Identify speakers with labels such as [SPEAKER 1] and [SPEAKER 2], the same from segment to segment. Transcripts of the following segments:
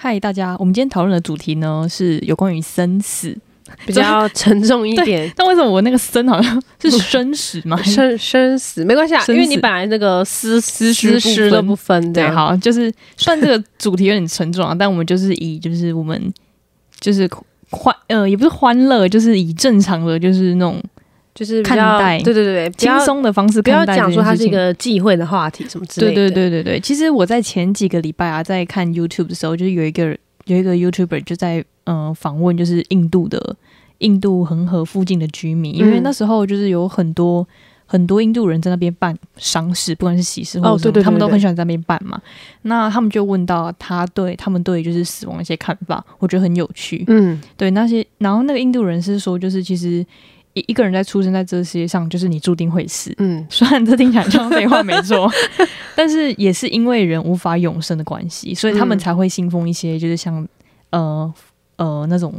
[SPEAKER 1] 嗨，大家，我们今天讨论的主题呢是有关于生死。
[SPEAKER 2] 比较沉重一点。
[SPEAKER 1] 但为什么我那个生好 像是生死吗？还是
[SPEAKER 2] 生生死没关系啊，
[SPEAKER 1] 生死
[SPEAKER 2] 因为你本来那个私私
[SPEAKER 1] 私
[SPEAKER 2] 私都不分
[SPEAKER 1] 对，
[SPEAKER 2] 的。，
[SPEAKER 1] 好，就是虽然这个主题有点沉重啊，但我们就是以就是我们就是欢呃也不是欢乐，就是以正常的就是那种
[SPEAKER 2] 就是比
[SPEAKER 1] 看
[SPEAKER 2] 较
[SPEAKER 1] 待
[SPEAKER 2] 对对对，不
[SPEAKER 1] 轻
[SPEAKER 2] 要
[SPEAKER 1] 松的方式
[SPEAKER 2] 不要
[SPEAKER 1] 看待这
[SPEAKER 2] 讲说
[SPEAKER 1] 件
[SPEAKER 2] 它
[SPEAKER 1] 事
[SPEAKER 2] 是一
[SPEAKER 1] 情。
[SPEAKER 2] 个忌讳的话题什么之类
[SPEAKER 1] 对
[SPEAKER 2] 的。
[SPEAKER 1] 对对对对，其实我在前几个礼拜啊，在看 YouTube 的时候，就是有一个有一个 YouTuber 就在嗯访、问，就是印度的印度恒河附近的居民，因为
[SPEAKER 2] 嗯
[SPEAKER 1] 那时候就是有很多很多印度人在那边办丧事，不管是喜事或
[SPEAKER 2] 哦
[SPEAKER 1] 者什么，
[SPEAKER 2] 对对对
[SPEAKER 1] 他们都
[SPEAKER 2] 对
[SPEAKER 1] 很喜欢在那边办嘛。那他们就问到他对他们对就是死亡的一些看法，我觉得很有趣。
[SPEAKER 2] 嗯，
[SPEAKER 1] 对那些，然后那个印度人是说，就是其实一一个人在出生在这个世界上，就是你注定会死。
[SPEAKER 2] 嗯
[SPEAKER 1] 虽然这听起来像废话没 错，但是也是因为人无法永生的关系，所以他们
[SPEAKER 2] 嗯
[SPEAKER 1] 才会信奉一些就是像呃呃那种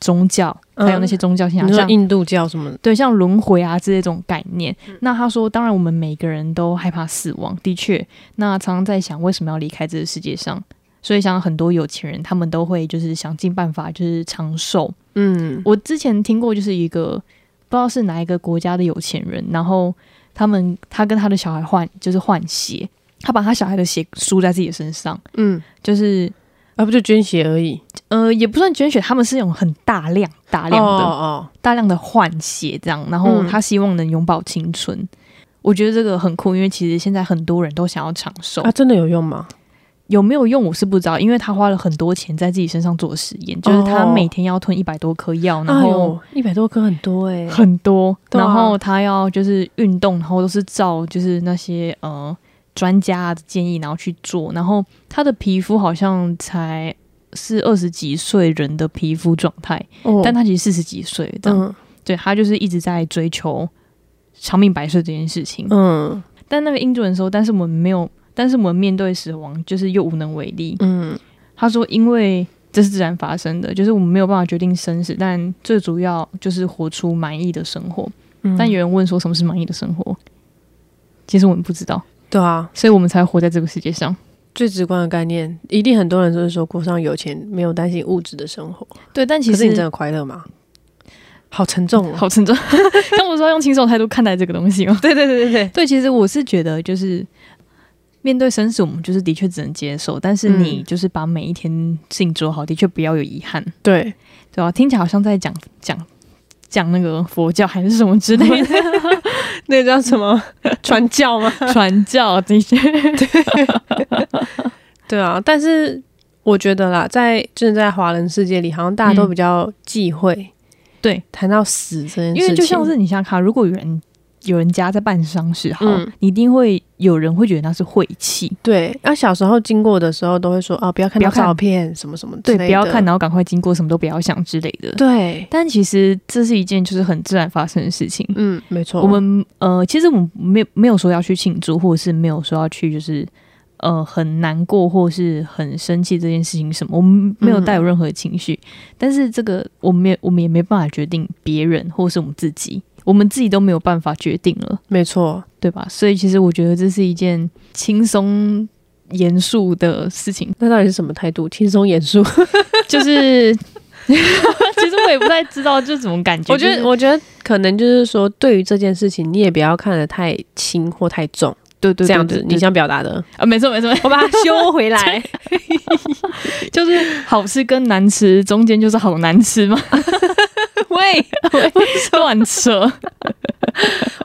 [SPEAKER 1] 宗教，
[SPEAKER 2] 嗯
[SPEAKER 1] 还有那些宗教信仰，
[SPEAKER 2] 你说
[SPEAKER 1] 像
[SPEAKER 2] 印嗯度教什么的？
[SPEAKER 1] 对像轮回啊这种概念。那他说，当然我们每个人都害怕死亡，的确，那常常在想为什么要离开这个世界上。所以，像很多有钱人，他们都会就是想尽办法，就是长寿，
[SPEAKER 2] 嗯，
[SPEAKER 1] 我之前听过，就是一个不知道是哪一个国家的有钱人，然后他们他跟他的小孩换就是换血，他把他小孩的血输在自己的身上，
[SPEAKER 2] 嗯，
[SPEAKER 1] 就是
[SPEAKER 2] 啊，不就捐血而已。
[SPEAKER 1] 呃也不算捐血，他们是用很大量大量的、
[SPEAKER 2] 哦
[SPEAKER 1] 大量的换血这样，然后
[SPEAKER 2] 嗯
[SPEAKER 1] 他希望能永葆青春。我觉得这个很酷，因为其实现在很多人都想要长寿，
[SPEAKER 2] 哦，啊，真的有用吗？
[SPEAKER 1] 有没有用我是不知道，因为他花了很多钱在自己身上做实验，就是他
[SPEAKER 2] 哦
[SPEAKER 1] 每天要吞一百多颗药，然
[SPEAKER 2] 哎
[SPEAKER 1] 后、
[SPEAKER 2] 呦，一百多颗很多哎。
[SPEAKER 1] 很多，
[SPEAKER 2] 对啊
[SPEAKER 1] 然后他要就是运动，然后都是照就是那些呃专家的建议，然后去做，然后他的皮肤好像才是二十几岁人的皮肤状态，
[SPEAKER 2] 哦
[SPEAKER 1] 但他其实四十几岁这样，
[SPEAKER 2] 嗯
[SPEAKER 1] 对他就是一直在追求长命百岁这件事情。
[SPEAKER 2] 嗯
[SPEAKER 1] 但那个印度人说，但是我们没有，但是我们面对死亡就是又无能为力。
[SPEAKER 2] 嗯
[SPEAKER 1] 他说，因为这是自然发生的，就是我们没有办法决定生死，但最主要就是活出满意的生活。
[SPEAKER 2] 嗯，
[SPEAKER 1] 但有人问说什么是满意的生活，其实我们不知道，
[SPEAKER 2] 对啊，
[SPEAKER 1] 所以我们才活在这个世界上。
[SPEAKER 2] 最直观的概念，一定很多人都是说过上有钱，没有担心物质的生活。
[SPEAKER 1] 对，但其
[SPEAKER 2] 可是
[SPEAKER 1] 实
[SPEAKER 2] 你真的快乐吗？好沉重哦。
[SPEAKER 1] 好 沉重。但我说要用轻松的态度看待这个东西吗？
[SPEAKER 2] 对对对对对，
[SPEAKER 1] 对，其实我是觉得就是。面对生死，我们就是的确只能接受，但是
[SPEAKER 2] 嗯
[SPEAKER 1] 你就是把每一天事情做好，的确不要有遗憾，
[SPEAKER 2] 对，
[SPEAKER 1] 对 吧、听起来好像在讲讲讲那个佛教还是什么之类 的
[SPEAKER 2] 那个叫什 么传教吗？
[SPEAKER 1] 传教这些，
[SPEAKER 2] 对啊，但是我觉得啦，在就是在华人世界里，好像大家都
[SPEAKER 1] 嗯
[SPEAKER 2] 比较忌讳
[SPEAKER 1] 对
[SPEAKER 2] 谈到死这件事情，
[SPEAKER 1] 因为就像是你想想看，啊如果有人有人家在办丧事，好，
[SPEAKER 2] 嗯
[SPEAKER 1] 你一定会有人会觉得那是晦气，
[SPEAKER 2] 对，那小时候经过的时候都会说啊，不要看
[SPEAKER 1] 不
[SPEAKER 2] 到
[SPEAKER 1] 要看
[SPEAKER 2] 照片什么什么之
[SPEAKER 1] 对，
[SPEAKER 2] 类的，
[SPEAKER 1] 不要看，然后赶快经过，什么都不要想之类的。
[SPEAKER 2] 对，
[SPEAKER 1] 但其实这是一件就是很自然发生的事情。
[SPEAKER 2] 嗯，没错，
[SPEAKER 1] 我们呃，其实我们没有没有说要去庆祝，或者是没有说要去就是呃很难过或是很生气这件事情什么，我们没有带
[SPEAKER 2] 嗯
[SPEAKER 1] 有任何情绪。但是这个我们也我们也没办法决定别人或是我们自己，我们自己都没有办法决定了，
[SPEAKER 2] 没错，
[SPEAKER 1] 对吧？所以其实我觉得这是一件轻松严肃的事 情。
[SPEAKER 2] 那到底是什么态度？轻松 严肃？
[SPEAKER 1] 就是 其实我也不太知道这怎么感觉。
[SPEAKER 2] 我觉
[SPEAKER 1] 就
[SPEAKER 2] 得，
[SPEAKER 1] 是
[SPEAKER 2] 我觉得可能就是说，对于这件事情，你也不要看得太轻或太重，
[SPEAKER 1] 对对
[SPEAKER 2] 这样子
[SPEAKER 1] 对对
[SPEAKER 2] 你想表达的，
[SPEAKER 1] 啊，没错没错，
[SPEAKER 2] 我把它修回 来。
[SPEAKER 1] 就是好吃跟难吃中间就是好难吃嘛，
[SPEAKER 2] 喂，
[SPEAKER 1] 乱扯。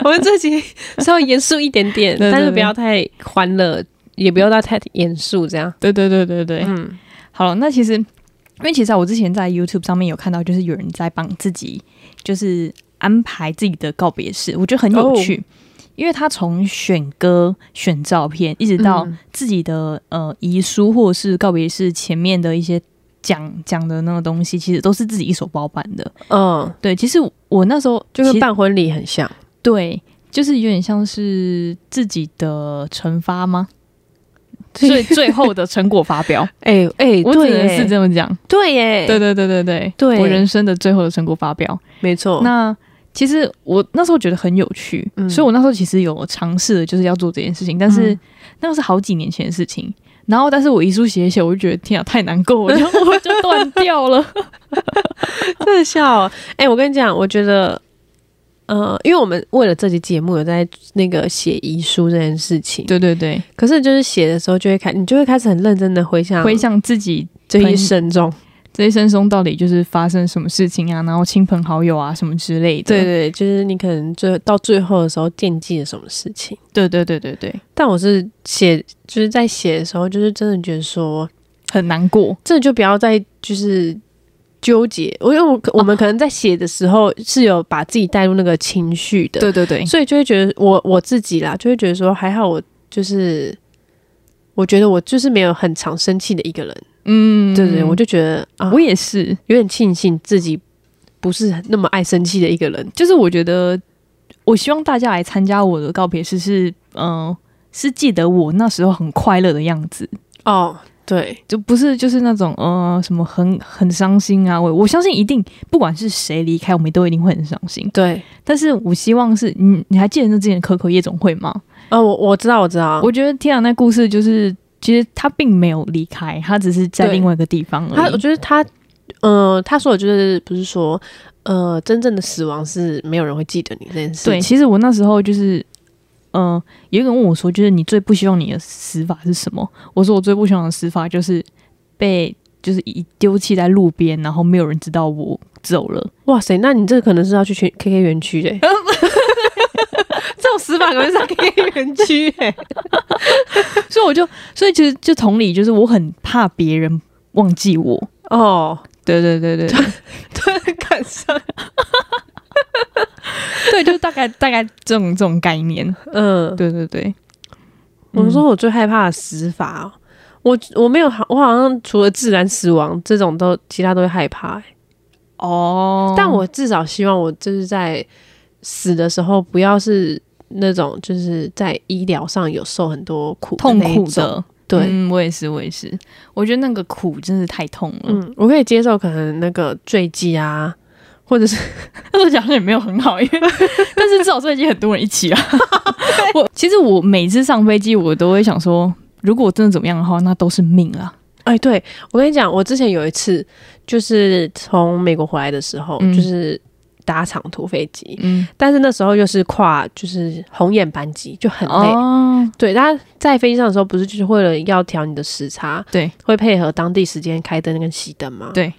[SPEAKER 2] 我们这集稍微严肃一点点，
[SPEAKER 1] 对对
[SPEAKER 2] 但是
[SPEAKER 1] 对
[SPEAKER 2] 不要太欢乐，也不要到太严肃，这样。
[SPEAKER 1] 对对对对对，
[SPEAKER 2] 嗯
[SPEAKER 1] 好了，那其实因为其实啊，我之前在 YouTube 上面有看到，就是有人在帮自己就是安排自己的告别式，我觉得很有趣。
[SPEAKER 2] 哦
[SPEAKER 1] 因为他从选歌、选照片，一直到
[SPEAKER 2] 嗯
[SPEAKER 1] 自己的、呃遗书或者是告别式前面的一些讲讲的那个东西，其实都是自己一手包办的。
[SPEAKER 2] 嗯，
[SPEAKER 1] 对，其实我那时候其
[SPEAKER 2] 就跟
[SPEAKER 1] 实
[SPEAKER 2] 办婚礼很像
[SPEAKER 1] 对，就是有点像是自己的惩罚 吗？最最后的成果发表，
[SPEAKER 2] 哎哎，
[SPEAKER 1] 我只能
[SPEAKER 2] 耶
[SPEAKER 1] 是这么讲。
[SPEAKER 2] 对耶，
[SPEAKER 1] 对，对对对对，
[SPEAKER 2] 对
[SPEAKER 1] 我人生的最后的成果发表。
[SPEAKER 2] 没错。
[SPEAKER 1] 那其实我那时候觉得很有趣，
[SPEAKER 2] 嗯
[SPEAKER 1] 所以我那时候其实有尝试，就是要做这件事情，但是
[SPEAKER 2] 嗯
[SPEAKER 1] 那个是好几年前的事情。然后，但是我遗书写一写，我就觉得天啊，太难过 了，然后我就断掉了。
[SPEAKER 2] 真的笑哦。哎、我跟你讲，我觉得，呃，因为我们为了这期节目有在那个写遗书这件事情，
[SPEAKER 1] 对对对，
[SPEAKER 2] 可是就是写的时候就会开，你就会开始很认真的回想
[SPEAKER 1] 回想自己
[SPEAKER 2] 这一生中，
[SPEAKER 1] 这一生中到底就是发生什么事情啊，然后亲朋好友啊什么之类的。
[SPEAKER 2] 对对，就是你可能最到最后的时候惦记了什么事情。
[SPEAKER 1] 对对对对对，
[SPEAKER 2] 但我是写，就是在写的时候，就是真的觉得说，
[SPEAKER 1] 很难过。
[SPEAKER 2] 真的就不要再就是纠结。我因为我我们可能在写的时候是有把自己带入那个情绪的，
[SPEAKER 1] 对对对，
[SPEAKER 2] 所以就会觉得我我自己啦，就会觉得说还好，我就是我觉得我就是没有很常生气的一个人，
[SPEAKER 1] 嗯，
[SPEAKER 2] 对对，我就觉得啊，
[SPEAKER 1] 我也是，
[SPEAKER 2] 有点庆幸自己不是那么爱生气的一个人。
[SPEAKER 1] 就是我觉得，我希望大家来参加我的告别式是，嗯、是记得我那时候很快乐的样子，
[SPEAKER 2] 哦，对，
[SPEAKER 1] 就不是就是那种呃什么很很伤心啊。我我相信一定，不管是谁离开，我们都一定会很伤心。
[SPEAKER 2] 对，
[SPEAKER 1] 但是我希望是你，你还记得那之前的可可夜总会吗？
[SPEAKER 2] 啊，我我知道，我知道，
[SPEAKER 1] 我觉得天啊，那故事就是。其实他并没有离开，他只是在
[SPEAKER 2] 对
[SPEAKER 1] 另外一个地方
[SPEAKER 2] 他
[SPEAKER 1] 而
[SPEAKER 2] 我
[SPEAKER 1] 已。
[SPEAKER 2] 觉得他，呃，他说的就是不是说，呃，真正的死亡是没有人会记得你这件事情。
[SPEAKER 1] 对，其实我那时候就是，呃，有一个人问我说，就是你最不希望你的死法是什么？我说我最不希望的死法就是被就是一丢弃在路边，然后没有人知道我走了。
[SPEAKER 2] 哇塞，那你这可能是要去全 KK 园区的欸、 这种死法可能是在 KK 园区哎、
[SPEAKER 1] 所以我就，所以其实就同理，就是我很怕别人忘记我。
[SPEAKER 2] 哦，
[SPEAKER 1] 对对对对
[SPEAKER 2] 突然感伤，
[SPEAKER 1] 对，就大概大概这种这种概念。
[SPEAKER 2] 嗯，
[SPEAKER 1] 对对对，
[SPEAKER 2] 我
[SPEAKER 1] 嗯
[SPEAKER 2] 说我最害怕的死法哦、我我没有好，我好像除了自然死亡这种都，其他都会害怕欸、
[SPEAKER 1] 哦
[SPEAKER 2] 但我至少希望我就是在死的时候不要是那种就是在医疗上有受很多苦的
[SPEAKER 1] 痛
[SPEAKER 2] 那一
[SPEAKER 1] 苦
[SPEAKER 2] 种，
[SPEAKER 1] 的，
[SPEAKER 2] 对。
[SPEAKER 1] 嗯，我也是，我也是，我觉得那个苦真是太痛了。
[SPEAKER 2] 嗯，我可以接受可能那个坠机啊，或者是
[SPEAKER 1] 但是讲的也没有很好， 因为但是至少最近很多人一起啊。我其实我每次上飞机，我都会想说，如果我真的怎么样的话，那都是命啊。
[SPEAKER 2] 哎，对我跟你讲，我之前有一次就是从美国回来的时候，
[SPEAKER 1] 嗯
[SPEAKER 2] 就是搭长途飞机，
[SPEAKER 1] 嗯，
[SPEAKER 2] 但是那时候又是跨就是红眼班机，就很累。
[SPEAKER 1] 哦，
[SPEAKER 2] 对，他在飞机上的时候，不是就是为了要调你的时差，
[SPEAKER 1] 对，
[SPEAKER 2] 会配合当地时间开灯跟熄灯吗？
[SPEAKER 1] 对，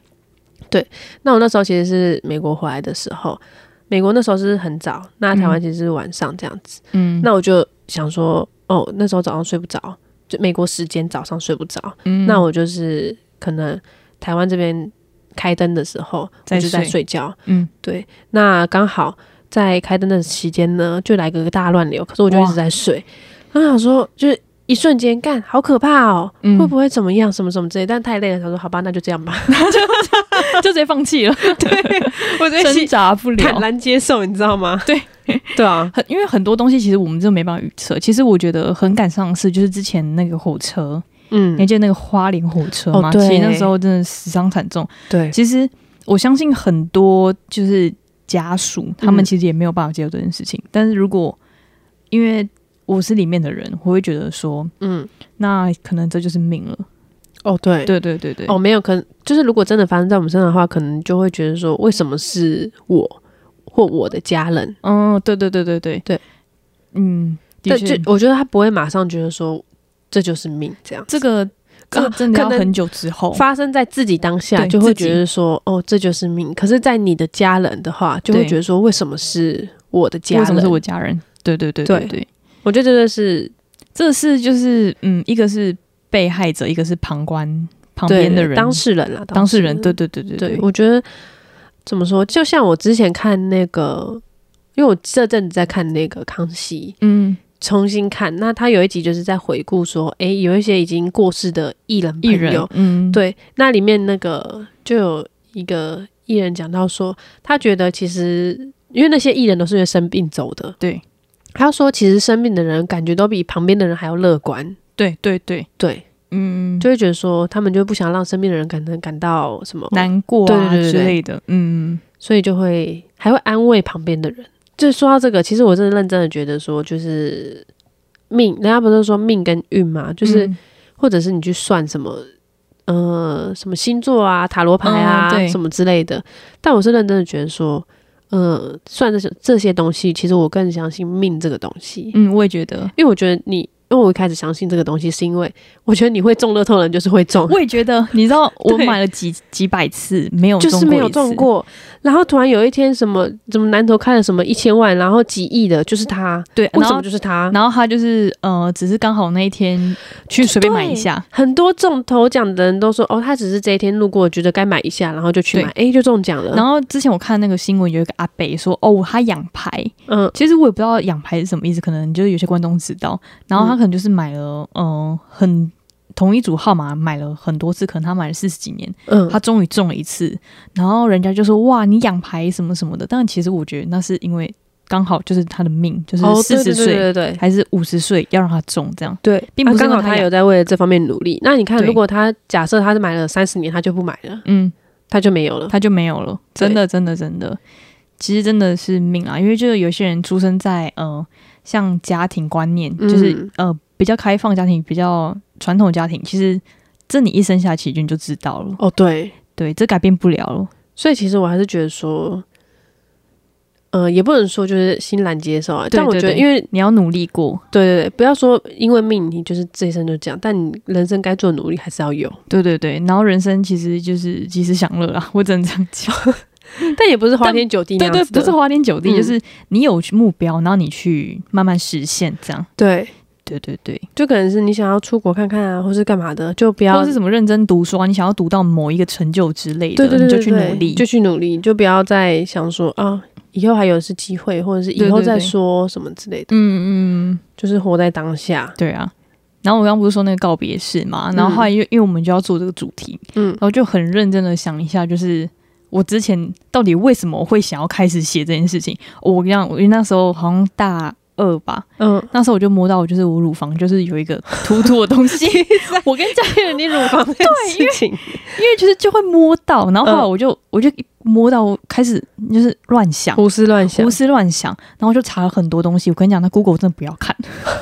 [SPEAKER 2] 对。那我那时候其实是美国回来的时候，美国那时候是很早，那台湾其实是晚上这样子。
[SPEAKER 1] 嗯，
[SPEAKER 2] 那我就想说，哦，那时候早上睡不着，就美国时间早上睡不着，
[SPEAKER 1] 嗯
[SPEAKER 2] 那我就是可能台湾这边开灯的时候，
[SPEAKER 1] 在
[SPEAKER 2] 我就在
[SPEAKER 1] 睡
[SPEAKER 2] 睡觉。
[SPEAKER 1] 嗯，
[SPEAKER 2] 对，那刚好在开灯的期间呢，就来个大乱流，可是我就一直在睡。刚想说，就是一瞬间，干好可怕哦，
[SPEAKER 1] 嗯
[SPEAKER 2] 会不会怎么样，什么什么之类。但太累了，想说好吧，那就这 样吧，
[SPEAKER 1] 就直接放弃了，
[SPEAKER 2] 我在
[SPEAKER 1] 挣扎不
[SPEAKER 2] 坦
[SPEAKER 1] 了。
[SPEAKER 2] 然接受，你知道吗？
[SPEAKER 1] 对，
[SPEAKER 2] 对啊，
[SPEAKER 1] 很，因为很多东西其实我们真的没办法预测。其实我觉得很感伤的是，就是之前那个火车，你还
[SPEAKER 2] 嗯，
[SPEAKER 1] 记得那个花莲火车
[SPEAKER 2] 哦
[SPEAKER 1] 吗？
[SPEAKER 2] 对
[SPEAKER 1] 其实那时候真的死伤惨重。
[SPEAKER 2] 对，
[SPEAKER 1] 其实我相信很多就是家属，他们
[SPEAKER 2] 嗯
[SPEAKER 1] 其实也没有办法接受这件事情。但是如果因为我是里面的人，我会觉得说，
[SPEAKER 2] 嗯，
[SPEAKER 1] 那可能这就是命了。
[SPEAKER 2] 哦，对，
[SPEAKER 1] 对对对对，
[SPEAKER 2] 哦，没有，可能就是如果真的发生在我们身上的话，可能就会觉得说，为什么是我或我的家人？
[SPEAKER 1] 嗯，对对对对对
[SPEAKER 2] 对，
[SPEAKER 1] 嗯，的
[SPEAKER 2] 但
[SPEAKER 1] 确
[SPEAKER 2] 就，我觉得他不会马上觉得说这就是命这样。
[SPEAKER 1] 这个这个真的要
[SPEAKER 2] 啊可能
[SPEAKER 1] 很久之后。
[SPEAKER 2] 发生在自己当下，
[SPEAKER 1] 哦对
[SPEAKER 2] 就会
[SPEAKER 1] 自己
[SPEAKER 2] 觉得说，哦，这就是命。可是，在你的家人的话，就会
[SPEAKER 1] 对
[SPEAKER 2] 觉得说，为什么是我的家
[SPEAKER 1] 为什么
[SPEAKER 2] 人？
[SPEAKER 1] 是我家人？对对对对
[SPEAKER 2] 对
[SPEAKER 1] 对，
[SPEAKER 2] 我觉得这就是
[SPEAKER 1] 这是就是嗯，一个是被害者，一个是旁观旁
[SPEAKER 2] 对
[SPEAKER 1] 边的人，
[SPEAKER 2] 当事人啦，
[SPEAKER 1] 当事人，对
[SPEAKER 2] 对
[SPEAKER 1] 对对对
[SPEAKER 2] 对，我觉得怎么说，就像我之前看那个，因为我这阵子在看那个《康熙》，
[SPEAKER 1] 嗯，
[SPEAKER 2] 重新看，那他有一集就是在回顾说，诶、有一些已经过世的艺人
[SPEAKER 1] 艺
[SPEAKER 2] 朋
[SPEAKER 1] 人
[SPEAKER 2] 友，，
[SPEAKER 1] 嗯，
[SPEAKER 2] 对，那里面那个就有一个艺人讲到说，他觉得其实因为那些艺人都是因为生病走的，
[SPEAKER 1] 对，
[SPEAKER 2] 他说其实生病的人感觉都比旁边的人还要乐观，
[SPEAKER 1] 对对对，
[SPEAKER 2] 对，
[SPEAKER 1] 嗯，
[SPEAKER 2] 就会觉得说他们就不想让生病的人感能感到什么，
[SPEAKER 1] 难过
[SPEAKER 2] 对
[SPEAKER 1] 啊
[SPEAKER 2] 对对对
[SPEAKER 1] 之类的，嗯，
[SPEAKER 2] 所以就会还会安慰旁边的人。就说到这个，其实我真的认真的觉得说，就是命，人家不是说命跟运嘛，就是
[SPEAKER 1] 嗯
[SPEAKER 2] 或者是你去算什么，呃，什么星座啊、塔罗牌啊、
[SPEAKER 1] 嗯对
[SPEAKER 2] 什么之类的。但我是认真的觉得说，呃，算这些这些东西，其实我更相信命这个东西，
[SPEAKER 1] 嗯，我也觉得，
[SPEAKER 2] 因为我觉得你，因为我一开始相信这个东西，是因为我觉得你会中乐透的人就是会中，
[SPEAKER 1] 我也觉 得，你知道我
[SPEAKER 2] 对
[SPEAKER 1] 买了几几百次，没有
[SPEAKER 2] 就是没有
[SPEAKER 1] 一次
[SPEAKER 2] 中，过。然后突然有一天，什么怎么南投开了什么一千万，然后几亿的，就是他，
[SPEAKER 1] 对，
[SPEAKER 2] 为
[SPEAKER 1] 嗯然
[SPEAKER 2] 什
[SPEAKER 1] 后
[SPEAKER 2] 么就是他？
[SPEAKER 1] 然后他就是呃，只是刚好那一天去
[SPEAKER 2] 哦
[SPEAKER 1] 随便买一下，
[SPEAKER 2] 很多中头奖的人都说，哦，他只是这一天路过，觉得该买一下，然后就去买，哎，就中奖了。
[SPEAKER 1] 然后之前我看那个新闻，有一个阿北说，哦，他养牌，
[SPEAKER 2] 嗯，
[SPEAKER 1] 其实我也不知道养牌是什么意思，可能就是有些观众知道。然后他可能就是买了，嗯、很同一组号码买了很多次，可能他买了四十几年，
[SPEAKER 2] 嗯，
[SPEAKER 1] 他终于中了一次，然后人家就说，哇，你养牌什么什么的。但其实我觉得那是因为刚好就是他的命，就是
[SPEAKER 2] 哦，对
[SPEAKER 1] 四十
[SPEAKER 2] 对
[SPEAKER 1] 岁
[SPEAKER 2] 对对对
[SPEAKER 1] 还是五十岁要让他中这样。
[SPEAKER 2] 对，
[SPEAKER 1] 并不
[SPEAKER 2] 啊
[SPEAKER 1] 是
[SPEAKER 2] 刚
[SPEAKER 1] 因为
[SPEAKER 2] 好
[SPEAKER 1] 他
[SPEAKER 2] 他
[SPEAKER 1] 养
[SPEAKER 2] 有在为了这方面努力。那你看，
[SPEAKER 1] 对
[SPEAKER 2] 如果他假设他是买了三十年，他就不买了，
[SPEAKER 1] 嗯，
[SPEAKER 2] 他就没有了。
[SPEAKER 1] 他就没有了。真的，真的，真的，其实真的是命啊，因为就是有些人出生在呃，像家庭观念，
[SPEAKER 2] 嗯
[SPEAKER 1] 就是呃比较开放家庭、比较传统家庭，其实这你一生下起就你就知道了，
[SPEAKER 2] 哦，对，
[SPEAKER 1] 对，这改变不了了。
[SPEAKER 2] 所以其实我还是觉得说，呃，也不能说就是欣然接受啊。
[SPEAKER 1] 对
[SPEAKER 2] 但我
[SPEAKER 1] 对
[SPEAKER 2] 觉得，
[SPEAKER 1] 对
[SPEAKER 2] 因为
[SPEAKER 1] 你要努力过，
[SPEAKER 2] 对对对，不要说因为命你就是这一生就这样，但你人生该做的努力还是要有，
[SPEAKER 1] 对对对，然后人生其实就是及时享乐啦，我只能这样讲。
[SPEAKER 2] 但也不是花天酒地那
[SPEAKER 1] 嗯对
[SPEAKER 2] 样
[SPEAKER 1] 对，
[SPEAKER 2] 子的
[SPEAKER 1] 不是花天酒地，
[SPEAKER 2] 嗯
[SPEAKER 1] 就是你有目标，然后你去慢慢实现，这样。
[SPEAKER 2] 对，
[SPEAKER 1] 对对对，
[SPEAKER 2] 就可能是你想要出国看看啊，或是干嘛的，就不
[SPEAKER 1] 或
[SPEAKER 2] 要
[SPEAKER 1] 者是什么认真读书啊，你想要读到某一个成就之类的，
[SPEAKER 2] 对对对对
[SPEAKER 1] 你就去
[SPEAKER 2] 对
[SPEAKER 1] 努力，
[SPEAKER 2] 就去努力，就不要再想说啊，以后还有是机会，或者是以
[SPEAKER 1] 对
[SPEAKER 2] 后
[SPEAKER 1] 对
[SPEAKER 2] 再
[SPEAKER 1] 对
[SPEAKER 2] 说什么之类的，
[SPEAKER 1] 嗯嗯，
[SPEAKER 2] 就是活在当下。
[SPEAKER 1] 对啊。然后我刚刚不是说那个告别式嘛，然后后来因为因为我们就要做这个主题，
[SPEAKER 2] 嗯
[SPEAKER 1] 然后就很认真的想一下，就是我之前到底为什么会想要开始写这件事情。我跟你讲，我因为那时候好像大二吧，
[SPEAKER 2] 嗯，
[SPEAKER 1] 那时候我就摸到，就是我乳房就是有一个突突的东 西。我跟你讲，
[SPEAKER 2] 骗了你乳房这件事情，
[SPEAKER 1] 因为就是就会摸到，然后
[SPEAKER 2] 嗯
[SPEAKER 1] 后来我就、我就一摸到，我开始就是乱想，
[SPEAKER 2] 胡思乱想
[SPEAKER 1] 胡。思乱想，然后就查了很多东西。我跟你讲，那 Google 真的不要看。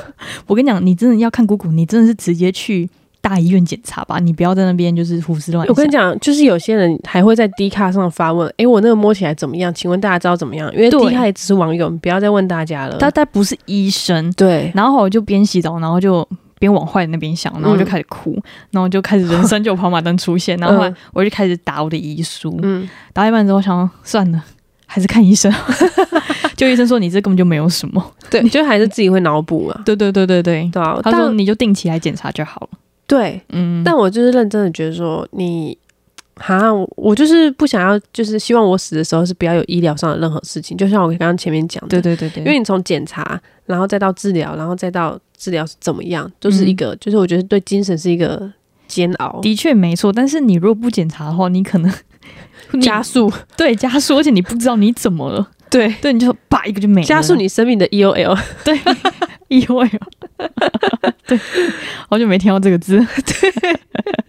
[SPEAKER 1] 我跟你讲，你真的要看 Google，你真的是直接去大医院检查吧，你不要在那边就是胡思乱想。
[SPEAKER 2] 我跟你讲，就是有些人还会在 D 卡上发问，诶，我那个摸起来怎么样？请问大家知道怎么样？因为
[SPEAKER 1] 对
[SPEAKER 2] D 卡也只是网友，你不要再问大家了。
[SPEAKER 1] 但但不是医生，
[SPEAKER 2] 对，
[SPEAKER 1] 然后后来我就边洗澡，然后就。边往坏的那边想，
[SPEAKER 2] 嗯
[SPEAKER 1] 然后我就开始哭，然后就开始人生就有跑马灯出现，然后后来我就开始打我的遗书，
[SPEAKER 2] 嗯，
[SPEAKER 1] 打到一半之后想说算了，还是看医生。 就医生说你这根本就没有什么，
[SPEAKER 2] 对，就还是自己会脑补嘛。
[SPEAKER 1] 对对对对对，
[SPEAKER 2] 对啊，
[SPEAKER 1] 他说
[SPEAKER 2] 但
[SPEAKER 1] 你就定期来检查就好了。
[SPEAKER 2] 对，
[SPEAKER 1] 哦嗯，
[SPEAKER 2] 但我就是认真的觉得说，你哈，我我就是不想要，就是希望我死的时候是不要有医疗上的任何事情，就像我刚刚前面讲的，
[SPEAKER 1] 对对对对，
[SPEAKER 2] 因为你从检查，然后再到治疗，然后再到治疗是怎么样，就是
[SPEAKER 1] 嗯
[SPEAKER 2] 一个，就是我觉得对精神是一个煎熬，
[SPEAKER 1] 的确没错，但是你如果不检查的话，你可能你
[SPEAKER 2] 加速，
[SPEAKER 1] 对加速，而且你不知道你怎么了，
[SPEAKER 2] 对，
[SPEAKER 1] 对，你就叭一个就没了
[SPEAKER 2] 加速你生命的 E EOL，
[SPEAKER 1] 对意外哦，对，好久没听到这个字，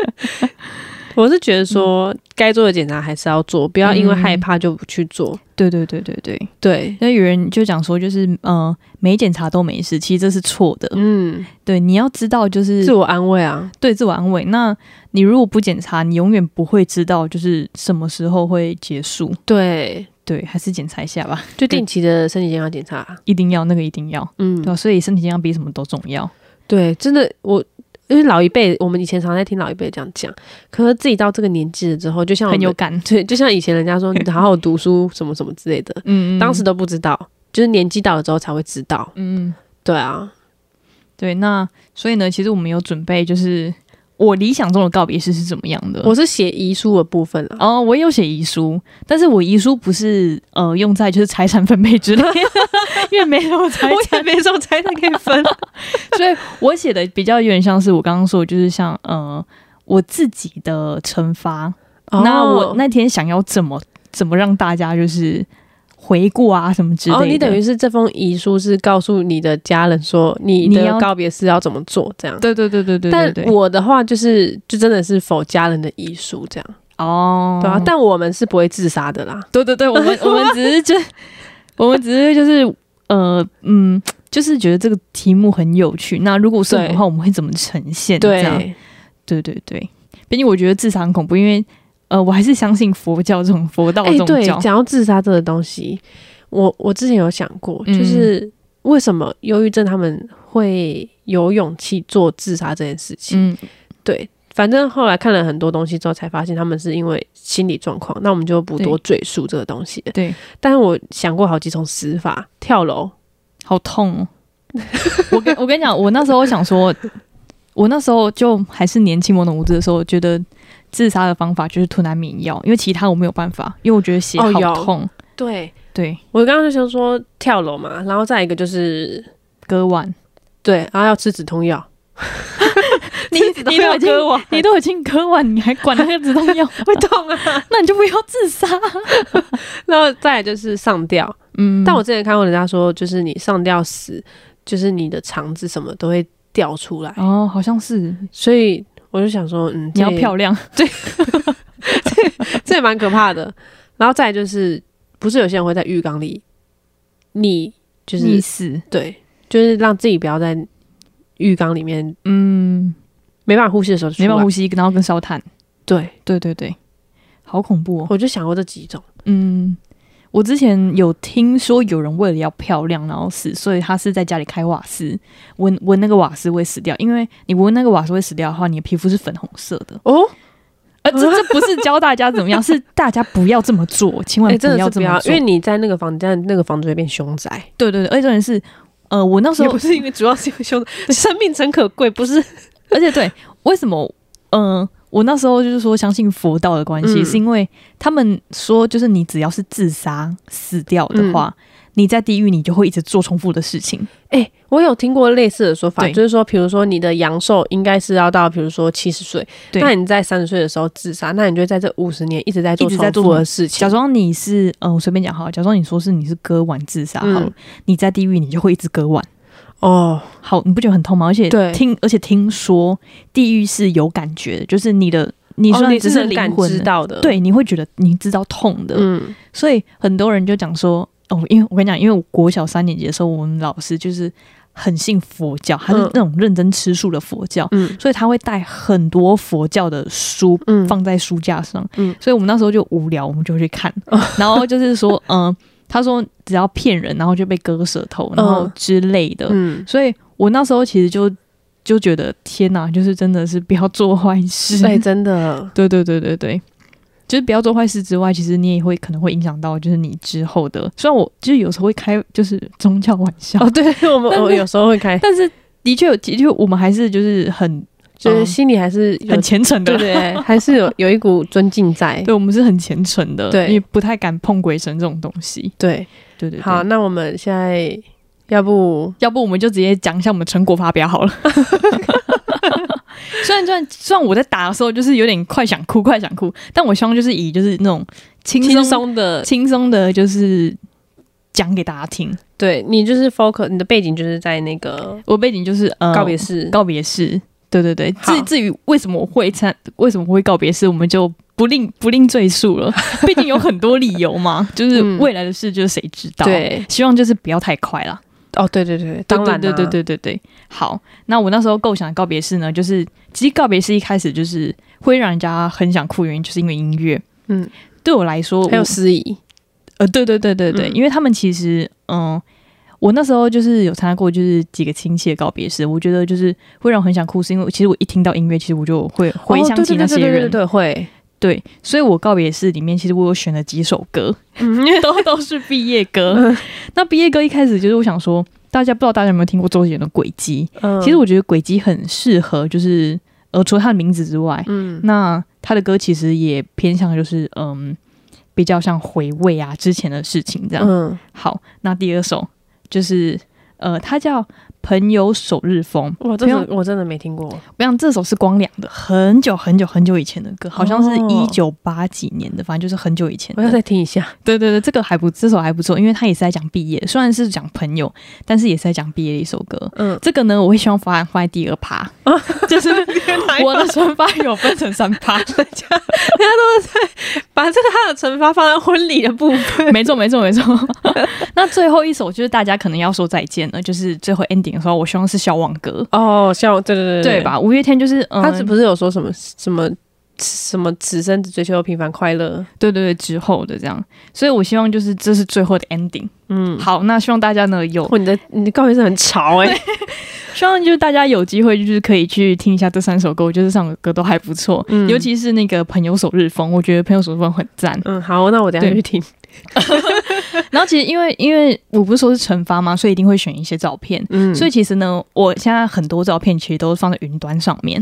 [SPEAKER 2] 我是觉得说该做的检查还是要做，不要因为害
[SPEAKER 1] 嗯
[SPEAKER 2] 怕就不去做，
[SPEAKER 1] 对对对对对，
[SPEAKER 2] 对，
[SPEAKER 1] 那有人就讲说，就是呃，没检查都没事，其实这是错的，
[SPEAKER 2] 嗯，
[SPEAKER 1] 对，你要知道就是
[SPEAKER 2] 自我安慰啊，
[SPEAKER 1] 对自我安慰，那你如果不检查，你永远不会知道就是什么时候会结束，
[SPEAKER 2] 对，
[SPEAKER 1] 对，还是检查一下吧，
[SPEAKER 2] 就定期的身体健康检查，啊
[SPEAKER 1] 一定要那个一定要，
[SPEAKER 2] 嗯
[SPEAKER 1] 对，吧、所以身体健康比什么都重要。
[SPEAKER 2] 对，真的我。因为老一辈，我们以前常在听老一辈这样讲，可是自己到这个年纪了之后，就像我
[SPEAKER 1] 很有
[SPEAKER 2] 们
[SPEAKER 1] 感，
[SPEAKER 2] 对， 就像以前人家说你好好读书什么什么之类的，
[SPEAKER 1] 嗯
[SPEAKER 2] 当时都不知道，就是年纪到了之后才会知道。
[SPEAKER 1] 嗯，
[SPEAKER 2] 对啊，
[SPEAKER 1] 对，那所以呢，其实我们有准备，就是我理想中的告别式是怎么样的。
[SPEAKER 2] 我是写遗书的部分啊啦。
[SPEAKER 1] 哦，我也有写遗书，但是我遗书不是呃用在就是财产分配之类， 因为没有财产，
[SPEAKER 2] 没什么财产可以分，啊
[SPEAKER 1] 所以我写的比较有点像是我刚刚说的，就是像呃我自己的惩罚。 那我哦那天想要怎么怎么让大家就是回顾啊什么之类的。
[SPEAKER 2] 哦，你等于是这封遗书是告诉你的家人说你
[SPEAKER 1] 你
[SPEAKER 2] 的
[SPEAKER 1] 要
[SPEAKER 2] 告别式要怎么做这样。
[SPEAKER 1] 对对对对对对对
[SPEAKER 2] 但我的话就是就真的是否家人的遗书这样，
[SPEAKER 1] 哦，
[SPEAKER 2] 对啊。但我们是不会自杀的啦，
[SPEAKER 1] 对对对，我们我们只是就，我们只是就是呃嗯，就是觉得这个题目很有趣。那如果是我们的
[SPEAKER 2] 对
[SPEAKER 1] 话，我们会怎么呈现？这样
[SPEAKER 2] 对，
[SPEAKER 1] 对对对，毕竟我觉得自杀很恐怖，因为呃，我还是相信佛教这种佛道
[SPEAKER 2] 哎、
[SPEAKER 1] 宗
[SPEAKER 2] 对，
[SPEAKER 1] 教。
[SPEAKER 2] 讲到自杀这个东西，我我之前有想过，
[SPEAKER 1] 嗯
[SPEAKER 2] 就是为什么忧郁症他们会有勇气做自杀这件事情？
[SPEAKER 1] 嗯，
[SPEAKER 2] 对，反正后来看了很多东西之后，才发现他们是因为心理状况。那我们就不多赘述这个东西了。
[SPEAKER 1] 对，
[SPEAKER 2] 但是我想过好几种死法，跳楼，
[SPEAKER 1] 好痛哦！我跟我跟你讲，我那时候想说，我那时候就还是年轻懵懂无知的时候，觉得自杀的方法就是吞安眠药，因为其他我没有办法，因为我觉得血
[SPEAKER 2] 哦
[SPEAKER 1] 好
[SPEAKER 2] 有
[SPEAKER 1] 痛。
[SPEAKER 2] 对
[SPEAKER 1] 对，
[SPEAKER 2] 我刚刚就想说跳楼嘛，然后再一个就是
[SPEAKER 1] 割 腕，
[SPEAKER 2] 对，然后要吃止痛药。
[SPEAKER 1] 你
[SPEAKER 2] 都
[SPEAKER 1] 你都
[SPEAKER 2] 要
[SPEAKER 1] 已经
[SPEAKER 2] 割腕
[SPEAKER 1] 你都已经割腕，你还管那个止痛 药？
[SPEAKER 2] 会痛啊，
[SPEAKER 1] 那你就不要自杀。
[SPEAKER 2] 然后再来就是上吊，
[SPEAKER 1] 嗯，
[SPEAKER 2] 但我之前看过人家说，就是你上吊死，就是你的肠子什么都会掉出来，
[SPEAKER 1] 哦，好像是
[SPEAKER 2] 所以我就想说，嗯，
[SPEAKER 1] 你要
[SPEAKER 2] 这也
[SPEAKER 1] 漂亮，
[SPEAKER 2] 这也蛮可怕的。然后再来就是，不是有些人会在浴缸里，你就
[SPEAKER 1] 溺
[SPEAKER 2] 是
[SPEAKER 1] 死。
[SPEAKER 2] 对，就是让自己不要在浴缸里面
[SPEAKER 1] 嗯，
[SPEAKER 2] 没办法呼吸的时候
[SPEAKER 1] 没办法
[SPEAKER 2] 法
[SPEAKER 1] 呼吸，然后跟烧炭。
[SPEAKER 2] 对，
[SPEAKER 1] 对对对，好恐怖哦。
[SPEAKER 2] 我就想过这几种，
[SPEAKER 1] 嗯，我之前有听说有人为了要漂亮然后死，所以他是在家里开瓦斯，闻闻那个瓦斯会死掉，因为你闻那个瓦斯会死掉的话，你的皮肤是粉红色 的。
[SPEAKER 2] 哦，
[SPEAKER 1] 呃，这这不是教大家怎么样，是大家不要这么做，千
[SPEAKER 2] 哎、
[SPEAKER 1] 万
[SPEAKER 2] 真的是
[SPEAKER 1] 这么
[SPEAKER 2] 不要，
[SPEAKER 1] 做。
[SPEAKER 2] 因为你在那个房间，那个房子会变凶宅。
[SPEAKER 1] 对对对，而且重点是，呃，我那时
[SPEAKER 2] 也
[SPEAKER 1] 候
[SPEAKER 2] 不是因为主要是因为凶 宅，生命诚可贵，不是
[SPEAKER 1] 而且对，为什么？嗯、我那时候就是说相信佛道的关系，
[SPEAKER 2] 嗯
[SPEAKER 1] 是因为他们说，就是你只要是自杀死掉的话，你在地狱你就会一直做重复的事情。
[SPEAKER 2] 哎、我有听过类似的说法，
[SPEAKER 1] 对
[SPEAKER 2] 就是说，比如说你的阳寿应该是要到，比如说七十岁，
[SPEAKER 1] 对
[SPEAKER 2] 那你在三十岁的时候自杀，那你就会在这五十年一直在做
[SPEAKER 1] 一直在
[SPEAKER 2] 重
[SPEAKER 1] 做
[SPEAKER 2] 复的事情
[SPEAKER 1] 假。装你是，嗯、我随便讲好了，假装你说是你是割腕自杀好了，
[SPEAKER 2] 嗯
[SPEAKER 1] 你在地狱你就会一直割腕。
[SPEAKER 2] 哦，
[SPEAKER 1] 好，你不觉得很痛吗？而且
[SPEAKER 2] 对
[SPEAKER 1] 听，而且听说地狱是有感觉的，就是你的，你虽
[SPEAKER 2] 哦
[SPEAKER 1] 然只
[SPEAKER 2] 是能
[SPEAKER 1] 灵
[SPEAKER 2] 感
[SPEAKER 1] 魂
[SPEAKER 2] 知
[SPEAKER 1] 的，
[SPEAKER 2] 到的，，
[SPEAKER 1] 对，你会觉得你知道痛的，
[SPEAKER 2] 嗯，
[SPEAKER 1] 所以很多人就讲说，哦，因为我跟你讲，因为我国小三年级的时候，我们老师就是很信佛教，他是
[SPEAKER 2] 嗯
[SPEAKER 1] 那种认真吃素的佛教，
[SPEAKER 2] 嗯
[SPEAKER 1] 所以他会带很多佛教的书
[SPEAKER 2] 嗯
[SPEAKER 1] 放在书架上，
[SPEAKER 2] 嗯哦
[SPEAKER 1] 所以我们那时候就无聊，我们就去 看，然后就是说，嗯、他说只要骗人，然后就被割舌头，然后
[SPEAKER 2] 嗯
[SPEAKER 1] 之类的，
[SPEAKER 2] 嗯，
[SPEAKER 1] 所以我那时候其实就就觉得天哪，就是真的是不要做坏事，
[SPEAKER 2] 对，真的，
[SPEAKER 1] 对对对对对，就是不要做坏事之外，其实你也会可能会影响到，就是你之后的。虽然我就是有时候会开就是宗教玩笑，
[SPEAKER 2] 哦，对我们
[SPEAKER 1] 但是
[SPEAKER 2] 我有时候会开，
[SPEAKER 1] 但是的确有，的确我们还是就是很
[SPEAKER 2] 就是
[SPEAKER 1] 嗯
[SPEAKER 2] 心里还是有
[SPEAKER 1] 很，虔诚的，
[SPEAKER 2] 对对，还是有有一股尊敬在，
[SPEAKER 1] 对我们是很虔诚的，
[SPEAKER 2] 对
[SPEAKER 1] 因为不太敢碰鬼神这种东西。
[SPEAKER 2] 对，
[SPEAKER 1] 对对对，
[SPEAKER 2] 好，那我们现在要不
[SPEAKER 1] 要不我们就直接讲一下我们成果发表好 了。虽然虽然虽然我在打的时候就是有点快想哭快想哭，但我希望就是以就是那种轻
[SPEAKER 2] 轻
[SPEAKER 1] 松
[SPEAKER 2] 松的，
[SPEAKER 1] 轻松的，就是讲给大家听。
[SPEAKER 2] 对你就是 focus，你的背景就是在那个
[SPEAKER 1] 我背景就是呃
[SPEAKER 2] 告别式，
[SPEAKER 1] 告别式，对对对。
[SPEAKER 2] 好
[SPEAKER 1] 至至于为什么我会参，为什么会告别式，我们就不另不另赘述 了。毕竟有很多理由嘛，就是
[SPEAKER 2] 嗯
[SPEAKER 1] 未来的事，就是谁知道。，
[SPEAKER 2] 对，
[SPEAKER 1] 希望就是不要太快啦。
[SPEAKER 2] 哦，对对对，当然、啊，
[SPEAKER 1] 对对对对对对。好，那我那时候构想的告别式呢，就是其实告别式一开始就是会让人家很想哭，原因就是因为音乐。
[SPEAKER 2] 嗯，
[SPEAKER 1] 对我来说，
[SPEAKER 2] 还有
[SPEAKER 1] 我
[SPEAKER 2] 司仪，
[SPEAKER 1] 呃，对对对对对，
[SPEAKER 2] 嗯
[SPEAKER 1] 因为他们其实，嗯，我那时候就是有参加过，就是几个亲戚的告别式，我觉得就是会让我很想哭，是因为其实我一听到音乐，其实我就会回想起那些
[SPEAKER 2] 哦对对
[SPEAKER 1] 人，
[SPEAKER 2] 对对对对会，
[SPEAKER 1] 对，所以我告别式里面，其实我有选了几首歌，
[SPEAKER 2] 嗯，
[SPEAKER 1] 都都是毕业歌。 那毕业歌一开始就是我想说，大家不知道大家有没有听过周杰伦的《轨迹》，
[SPEAKER 2] 嗯
[SPEAKER 1] 其实我觉得《轨迹》很适合，就是呃，除了他的名字之外，
[SPEAKER 2] 嗯，
[SPEAKER 1] 那他的歌其实也偏向就是嗯，比较像回味啊之前的事情这样。
[SPEAKER 2] 嗯，
[SPEAKER 1] 好，那第二首就是呃，它叫《朋友首日风》。
[SPEAKER 2] 我真的我真的没听过，
[SPEAKER 1] 我想这首是光良的，很久很久很久以前的歌，好像是一
[SPEAKER 2] 哦
[SPEAKER 1] 九八几年的，反正就是很久以前
[SPEAKER 2] 我要
[SPEAKER 1] 的。
[SPEAKER 2] 再听一下，
[SPEAKER 1] 对对对，这个还不这首还不错，因为它也是在讲毕业，虽然是讲朋友，但是也是在讲毕业的一首歌。
[SPEAKER 2] 嗯，
[SPEAKER 1] 这个呢，我会希望发放在第二 趴， 就是我的存发有分成三趴，
[SPEAKER 2] 大家都在把这个他的惩罚放在婚礼的部分。
[SPEAKER 1] 没错，没错，没 错。那最后一首就是大家可能要说再见了，就是最后 ending 的时候，我希望是小网歌，
[SPEAKER 2] 哦，像对对对
[SPEAKER 1] 对？吧？五月天就是，嗯，
[SPEAKER 2] 他是不是有说什么什么什么此生只追求平凡快乐？
[SPEAKER 1] 对对对之后的这样，所以我希望就是这是最后的 ending。
[SPEAKER 2] 嗯，
[SPEAKER 1] 好，那希望大家呢有，
[SPEAKER 2] 哇，你的你的告别是很潮哎、
[SPEAKER 1] 希望就是大家有机会就是可以去听一下这三首歌，我觉得这三首歌都还不错，
[SPEAKER 2] 嗯
[SPEAKER 1] 尤其是那个《朋友首日风》，我觉得《朋友首日风》很 赞。
[SPEAKER 2] 嗯，好，那我等一下
[SPEAKER 1] 对
[SPEAKER 2] 去听。
[SPEAKER 1] 然后其实因为因为我不是说是惩罚吗？所以一定会选一些照片。
[SPEAKER 2] 嗯，
[SPEAKER 1] 所以其实呢，我现在很多照片其实都放在云端上 面。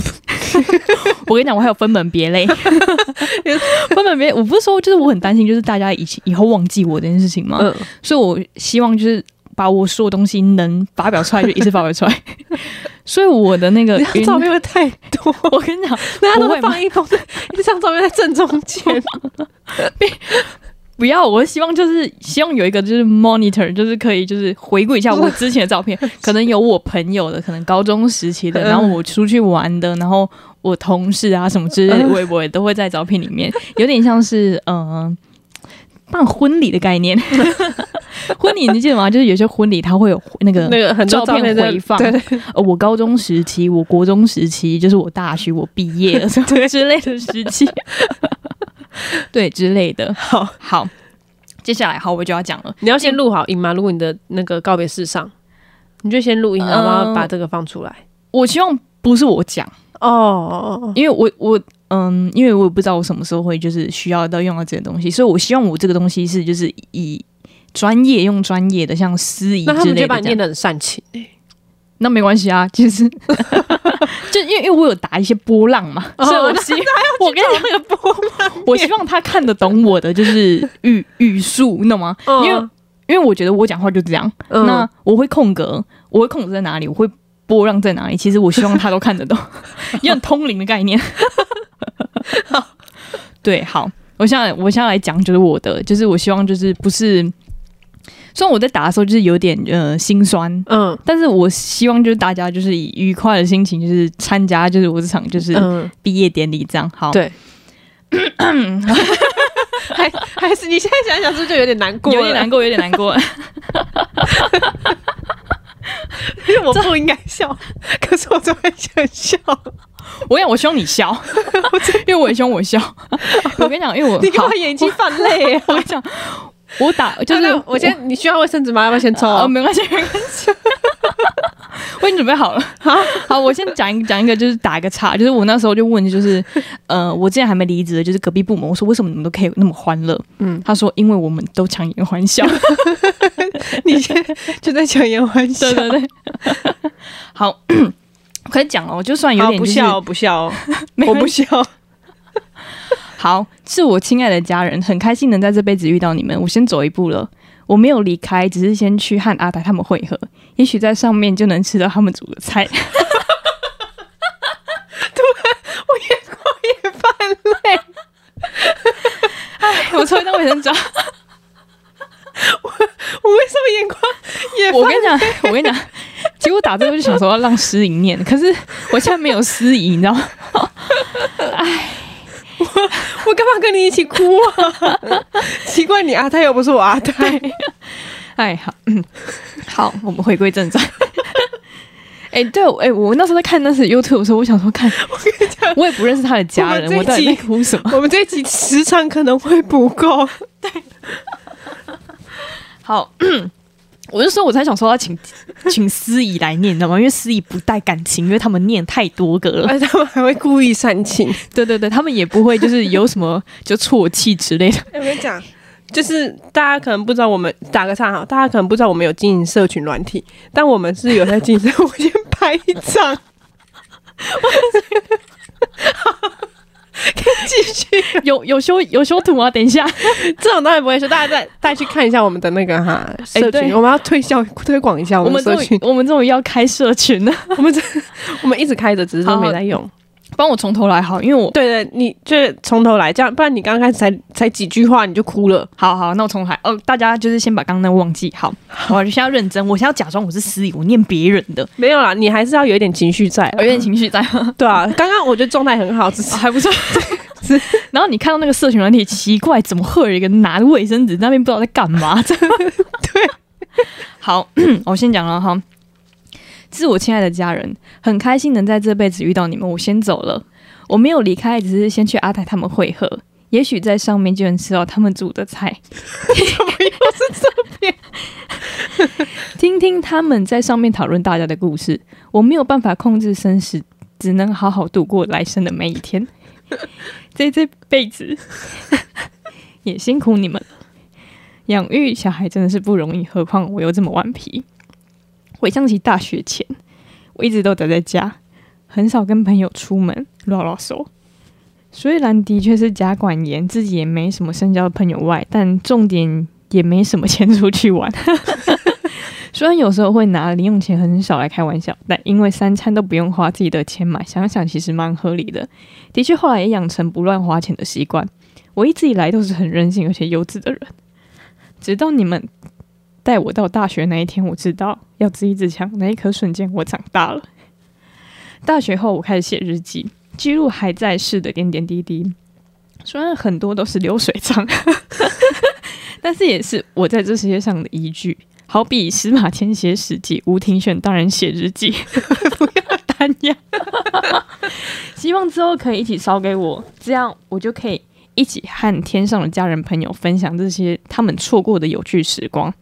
[SPEAKER 1] 我跟你讲，我还有分门别类，分门别。我不是说，就是我很担心，就是大家以前以后忘记我这件事情嘛。
[SPEAKER 2] 嗯，
[SPEAKER 1] 所以我希望就是把我所有东西能发表出来就一次发表出 来。所以我的那个
[SPEAKER 2] 你这
[SPEAKER 1] 呃云
[SPEAKER 2] 张照，片会太多，
[SPEAKER 1] 我跟你讲，
[SPEAKER 2] 大家
[SPEAKER 1] 不
[SPEAKER 2] 都
[SPEAKER 1] 会
[SPEAKER 2] 会
[SPEAKER 1] 吗
[SPEAKER 2] 放一张一张照片在正中间。
[SPEAKER 1] 不要，我希望就是希望有一个就是 monitor，就是可以就是回顾一下我之前的照片，可能有我朋友的，可能高中时期的，
[SPEAKER 2] 嗯
[SPEAKER 1] 然后我出去玩的，然后我同事啊什么之类的，
[SPEAKER 2] 嗯
[SPEAKER 1] 我也我也都会在照片里面，有点像是嗯、呃办婚礼的概念。婚礼你记得吗？就是有些婚礼它会有那个
[SPEAKER 2] 那个很多
[SPEAKER 1] 照片
[SPEAKER 2] 在
[SPEAKER 1] 回放
[SPEAKER 2] 对对
[SPEAKER 1] 呃，我高中时期，我国中时期，就是我大学我毕业 了什么之类的时期，对之类的。
[SPEAKER 2] 好，
[SPEAKER 1] 好，接下来好，我就要讲了。
[SPEAKER 2] 你要先录好音吗？如果你的那个告别式上，你就先录音，
[SPEAKER 1] 嗯
[SPEAKER 2] 然后把这个放出来。
[SPEAKER 1] 我希望不是我讲，
[SPEAKER 2] 哦哦哦，
[SPEAKER 1] 因为我我嗯，因为我也不知道我什么时候会就是需要到用到这个东西，所以我希望我这个东西是就是以专业用专业的，像司仪
[SPEAKER 2] 那他
[SPEAKER 1] 之
[SPEAKER 2] 们
[SPEAKER 1] 类的
[SPEAKER 2] 就把
[SPEAKER 1] 这
[SPEAKER 2] 你
[SPEAKER 1] 样
[SPEAKER 2] 念。得很煽情欸
[SPEAKER 1] 那没关系啊，就是 就因为因为我有打一些波浪嘛，
[SPEAKER 2] 哦
[SPEAKER 1] 所以我希我跟你那个波浪， 我希望他看得懂我的就是语 语速，你懂吗？
[SPEAKER 2] 嗯
[SPEAKER 1] 因为因为我觉得我讲话就这样，
[SPEAKER 2] 嗯
[SPEAKER 1] 哦那我会空格，我会空格在哪里，我会波浪在哪里，其实我希望他都看得 懂，有点通灵的概念。对，好，我现在我现在来讲，就是我的，就是我希望就是不是，虽然我在打的时候就是有点呃心酸，
[SPEAKER 2] 嗯
[SPEAKER 1] 但是我希望就是大家就是以愉快的心情，就是参加就是我这场就是
[SPEAKER 2] 嗯，
[SPEAKER 1] 毕业典礼这样。好，
[SPEAKER 2] 对。还还是你现在想想，是不是就有点难过？
[SPEAKER 1] 有点难，过，有点难过。
[SPEAKER 2] 因为我不应该 笑，可是我就会想笑。
[SPEAKER 1] 我想我希望你笑， 因为我也希望我笑。我跟你讲，因为我
[SPEAKER 2] 你给
[SPEAKER 1] 好
[SPEAKER 2] 我眼睛泛泪啊！
[SPEAKER 1] 我跟你讲，我打 就是
[SPEAKER 2] 那我先，你需要卫生纸吗？要不要先抽？
[SPEAKER 1] 哦，没关系，没关 系。我已经准备好了，好，我先讲一讲一个，就是打一个岔，就是我那时候就问，就是呃，我之前还没离职的，就是隔壁部门，我说为什么你们都可以那么欢乐？
[SPEAKER 2] 嗯
[SPEAKER 1] 嗯，他说因为我们都强颜欢 笑。
[SPEAKER 2] 你先就在强颜欢笑
[SPEAKER 1] 对对对， 好， 可以讲哦了，我就算有
[SPEAKER 2] 好，
[SPEAKER 1] 点、
[SPEAKER 2] 不
[SPEAKER 1] 就是、
[SPEAKER 2] 笑，不笑，
[SPEAKER 1] 没
[SPEAKER 2] 我
[SPEAKER 1] 关
[SPEAKER 2] 不
[SPEAKER 1] 系
[SPEAKER 2] 笑。
[SPEAKER 1] 好，是我亲爱的家人，很开心能在这辈子遇到你们。我先走一步了，我没有离开，只是先去和阿达他们会合，也许在上面就能吃到他们煮的菜。
[SPEAKER 2] 也泛泪，
[SPEAKER 1] 哎我抽一张卫生纸。啊
[SPEAKER 2] 我为什么眼眶也
[SPEAKER 1] 我
[SPEAKER 2] 泛
[SPEAKER 1] 跟你讲，我跟你讲，结果打字我就想说要让诗颖念，可是我现在没有诗颖，你知道吗？
[SPEAKER 2] 我干嘛跟你一起哭啊？ 奇怪，你阿泰又不是我阿泰，
[SPEAKER 1] 哎，好， 嗯，好，我们回归正 传。哎、对，哎、我那时候在看那是 YouTube 的时候，我想说看，
[SPEAKER 2] 我跟你讲，
[SPEAKER 1] 我也不认识他的家人，我
[SPEAKER 2] 我们
[SPEAKER 1] 到
[SPEAKER 2] 这一
[SPEAKER 1] 底
[SPEAKER 2] 集
[SPEAKER 1] 在哭什么？
[SPEAKER 2] 我们这一集时长可能会不 够。
[SPEAKER 1] 好， 我就说我才想说要请 请司仪来念，你知道吗？因为司仪不带感情，因为他们念太多个了。
[SPEAKER 2] 而且他们还会故意煽情。
[SPEAKER 1] 呃对对对，他们也不会就是有什么就啜泣之 类的。
[SPEAKER 2] 哎我跟你讲，就是大家可能不知道我们打个岔哈，大家可能不知道我们有经营社群软体，但我们是有在经营。我先拍一张，可以继续。
[SPEAKER 1] 有有修有修图啊？等一下，
[SPEAKER 2] 这种当然不会说，大家再再去看一下我们的那个哈
[SPEAKER 1] 哎
[SPEAKER 2] 社群，
[SPEAKER 1] 对
[SPEAKER 2] 我们要推销推广一下
[SPEAKER 1] 我
[SPEAKER 2] 我
[SPEAKER 1] 们
[SPEAKER 2] 们
[SPEAKER 1] 终
[SPEAKER 2] 社
[SPEAKER 1] 于
[SPEAKER 2] 群。
[SPEAKER 1] 我们终于要开社群了，
[SPEAKER 2] 我们这 我们一直开着，只是都
[SPEAKER 1] 好
[SPEAKER 2] 没在用。
[SPEAKER 1] 帮我从头来好，因为我
[SPEAKER 2] 对对，你就是从头来，这样不然你刚开始才才几句话你就哭了。
[SPEAKER 1] 好好，那我从头来哦。大家就是先把刚刚那个忘记 好，我现在要认真，我现在要假装我是司仪，我念别人 的，
[SPEAKER 2] 没有啦，你还是要有一点情绪在啦。啊
[SPEAKER 1] 有点情绪在，
[SPEAKER 2] 对啊，刚刚我觉得状态很好，只是
[SPEAKER 1] 还不错。然后你看到那个社群软体，奇怪，怎么会有一个拿着卫生纸在那边不知道在干嘛？ 对，好， 我先讲了哈。致我亲爱的家人，很开心能在这辈子遇到你们，我先走了。我没有离开，只是先去阿泰他们会合，也许在上面就能吃到他们煮的菜。 听听他们在上面讨论大家的故事。我没有办法控制生死，只能好好度过来生的每一天。这这辈子 也辛苦你们了。养育小孩真的是不容易，何况我又这么顽皮。回想起大学前，我一直都宅在家，很少跟朋友出门唠唠手。虽然的确是家管严，自己也没什么深交的朋友外，但重点也没什么钱出去玩。 虽然有时候会拿零用钱很少来开玩笑，但因为三餐都不用花自己的钱买，想想其实蛮合理的。的确，后来也养成不乱花钱的习惯。我一直以来都是很任性而且幼稚的人，直到你们带我到大学那一天，我知道要自立自强。那一刻瞬间，我长大了。大学后，我开始写日记，记录还在世的点点滴滴。虽然很多都是流水账， 但是也是我在这世界上的依据。好比司马迁写史记，吴庭选当然写日记， 不要单压。希望之后可以一起烧给我，这样我就可以一起和天上的家人朋友分享这些他们错过的有趣时光。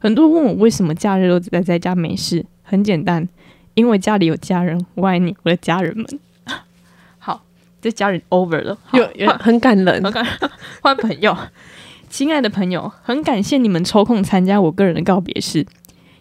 [SPEAKER 1] 很多人问我为什么假日都宅在家没事，很简单，因为家里有家人，我爱你，我的家人们。 好，这家人 over 了，好
[SPEAKER 2] 有有很感人，
[SPEAKER 1] 换朋友，亲爱的朋友，很感谢你们抽空参加我个人的告别式。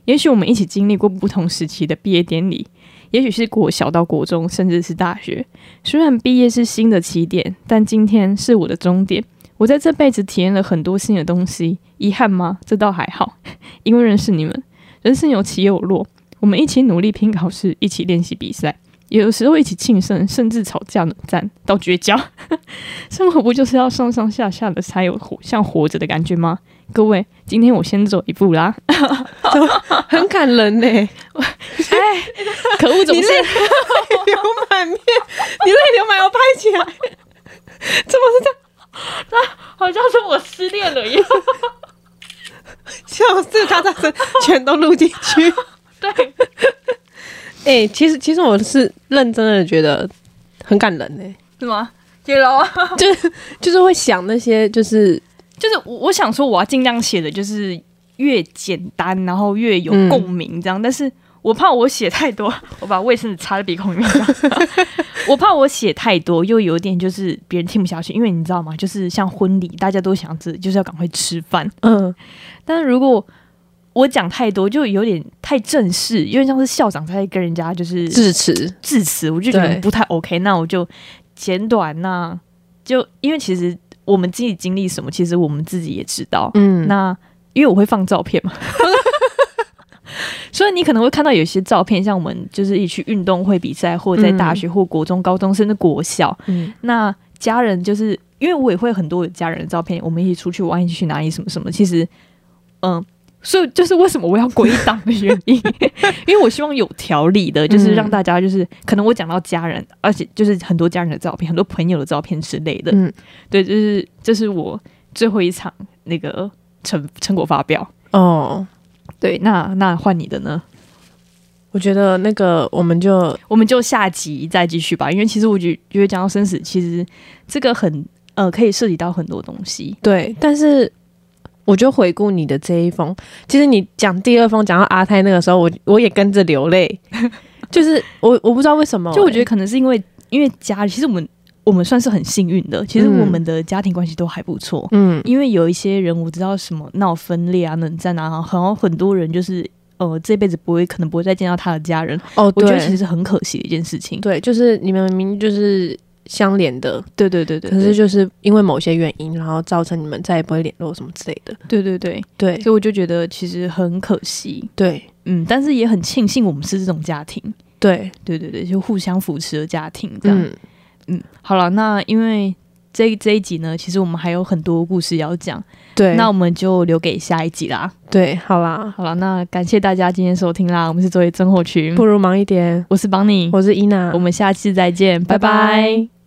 [SPEAKER 1] 也许我们一起经历过不同时期的毕业典礼，也许是国小到国中，甚至是大学。虽然毕业是新的起点，但今天是我的终点。我在这辈子体验了很多新的东西，遗憾吗？这倒还好，因为认识你们。人生有起有落，我们一起努力拼考试，一起练习比赛，有时候一起庆生，甚至吵架冷战到绝交。生活不就是要上上下下的才有活像活着的感觉吗？各位，今天我先走一步啦！
[SPEAKER 2] 很感人呢、哎
[SPEAKER 1] 可恶，总
[SPEAKER 2] 你
[SPEAKER 1] 是
[SPEAKER 2] 泪流满面，你泪流满，我拍起来，怎么是这样？
[SPEAKER 1] 好像是我失恋了一样。
[SPEAKER 2] 笑死，咔嚓声全都录进去。
[SPEAKER 1] 对，
[SPEAKER 2] 哎、其实其实我是认真的觉得很感人呢、
[SPEAKER 1] 是吗？解了啊！
[SPEAKER 2] 就是会想那些就是
[SPEAKER 1] 就是我我想说，我要尽量写的就是越简单，然后越有
[SPEAKER 2] 嗯
[SPEAKER 1] 共鸣这样。但是我怕我写太多， 我把卫生纸插在鼻孔里面。啊 我怕我写太多，又有点就是别人听不下去，因为你知道吗？就是像婚礼，大家都想着就是要赶快吃饭，
[SPEAKER 2] 嗯
[SPEAKER 1] 但是如果我讲太多，就有点太正式，有点像是校长在跟人家就是
[SPEAKER 2] 致辞，
[SPEAKER 1] 致辞，我就觉得
[SPEAKER 2] 对
[SPEAKER 1] 不太 OK。那我就简短那、就因为其实我们自己经历什么，其实我们自己也知道。
[SPEAKER 2] 嗯
[SPEAKER 1] 那因为我会放照片嘛， 所以你可能会看到有些照片，像我们就是一起去运动会比赛，或者在大学或国中、高中，甚至国小，
[SPEAKER 2] 嗯
[SPEAKER 1] 那家人就是因为我也会很多有家人的照片，我们一起出去玩，一起去哪里什么什么，其实，嗯、所以就是为什么我要归档的原因， 因为我希望有条理的，就是让大家就是可能我讲到家人，而且就是很多家人的照片，很多朋友的照片之类的，
[SPEAKER 2] 嗯
[SPEAKER 1] 对，就是这、是我最后一场那个成成果发表。
[SPEAKER 2] 哦，
[SPEAKER 1] 对，那那换你的呢？
[SPEAKER 2] 我觉得那个我们就
[SPEAKER 1] 我们就下集再继续吧，因为其实我觉觉得讲到生死，其实这个很呃可以涉及到很多东西。
[SPEAKER 2] 对，但是我就回顾你的这一封，其实你讲第二封讲到阿泰那个时候，我我也跟着流泪， 就是我我不知道为什么欸、
[SPEAKER 1] 就我觉得可能是因为因为家，其实我们我们算是很幸运的，其实
[SPEAKER 2] 嗯
[SPEAKER 1] 我们的家庭关系都还不错。
[SPEAKER 2] 嗯
[SPEAKER 1] 因为有一些人我知道什么闹分裂啊、冷战啊，然后很多人就是呃这辈子不会可能不会再见到他的家人，
[SPEAKER 2] 哦，
[SPEAKER 1] 我
[SPEAKER 2] 对
[SPEAKER 1] 觉得其实是很可惜的一件事情。
[SPEAKER 2] 对，就是你们明明就是相连的，
[SPEAKER 1] 对对对对，
[SPEAKER 2] 可是就是因为某些原因，然后造成你们再也不会联络什么之类的。
[SPEAKER 1] 对对对，
[SPEAKER 2] 对
[SPEAKER 1] 所以我就觉得其实很可惜，
[SPEAKER 2] 对
[SPEAKER 1] 嗯，但是也很庆幸我们是这种家庭。
[SPEAKER 2] 对，
[SPEAKER 1] 对对对，就互相扶持的家庭这样。
[SPEAKER 2] 嗯
[SPEAKER 1] 嗯，好了，那因为这这一集呢，其实我们还有很多故事要讲，
[SPEAKER 2] 对，
[SPEAKER 1] 那我们就留给下一集啦。
[SPEAKER 2] 对好啦，
[SPEAKER 1] 好了，那感谢大家今天收听啦，我们是作为真货群，
[SPEAKER 2] 不如忙一点。
[SPEAKER 1] 嗯我是邦尼，
[SPEAKER 2] 我是伊娜，
[SPEAKER 1] 我们下期再见，拜拜
[SPEAKER 2] 拜拜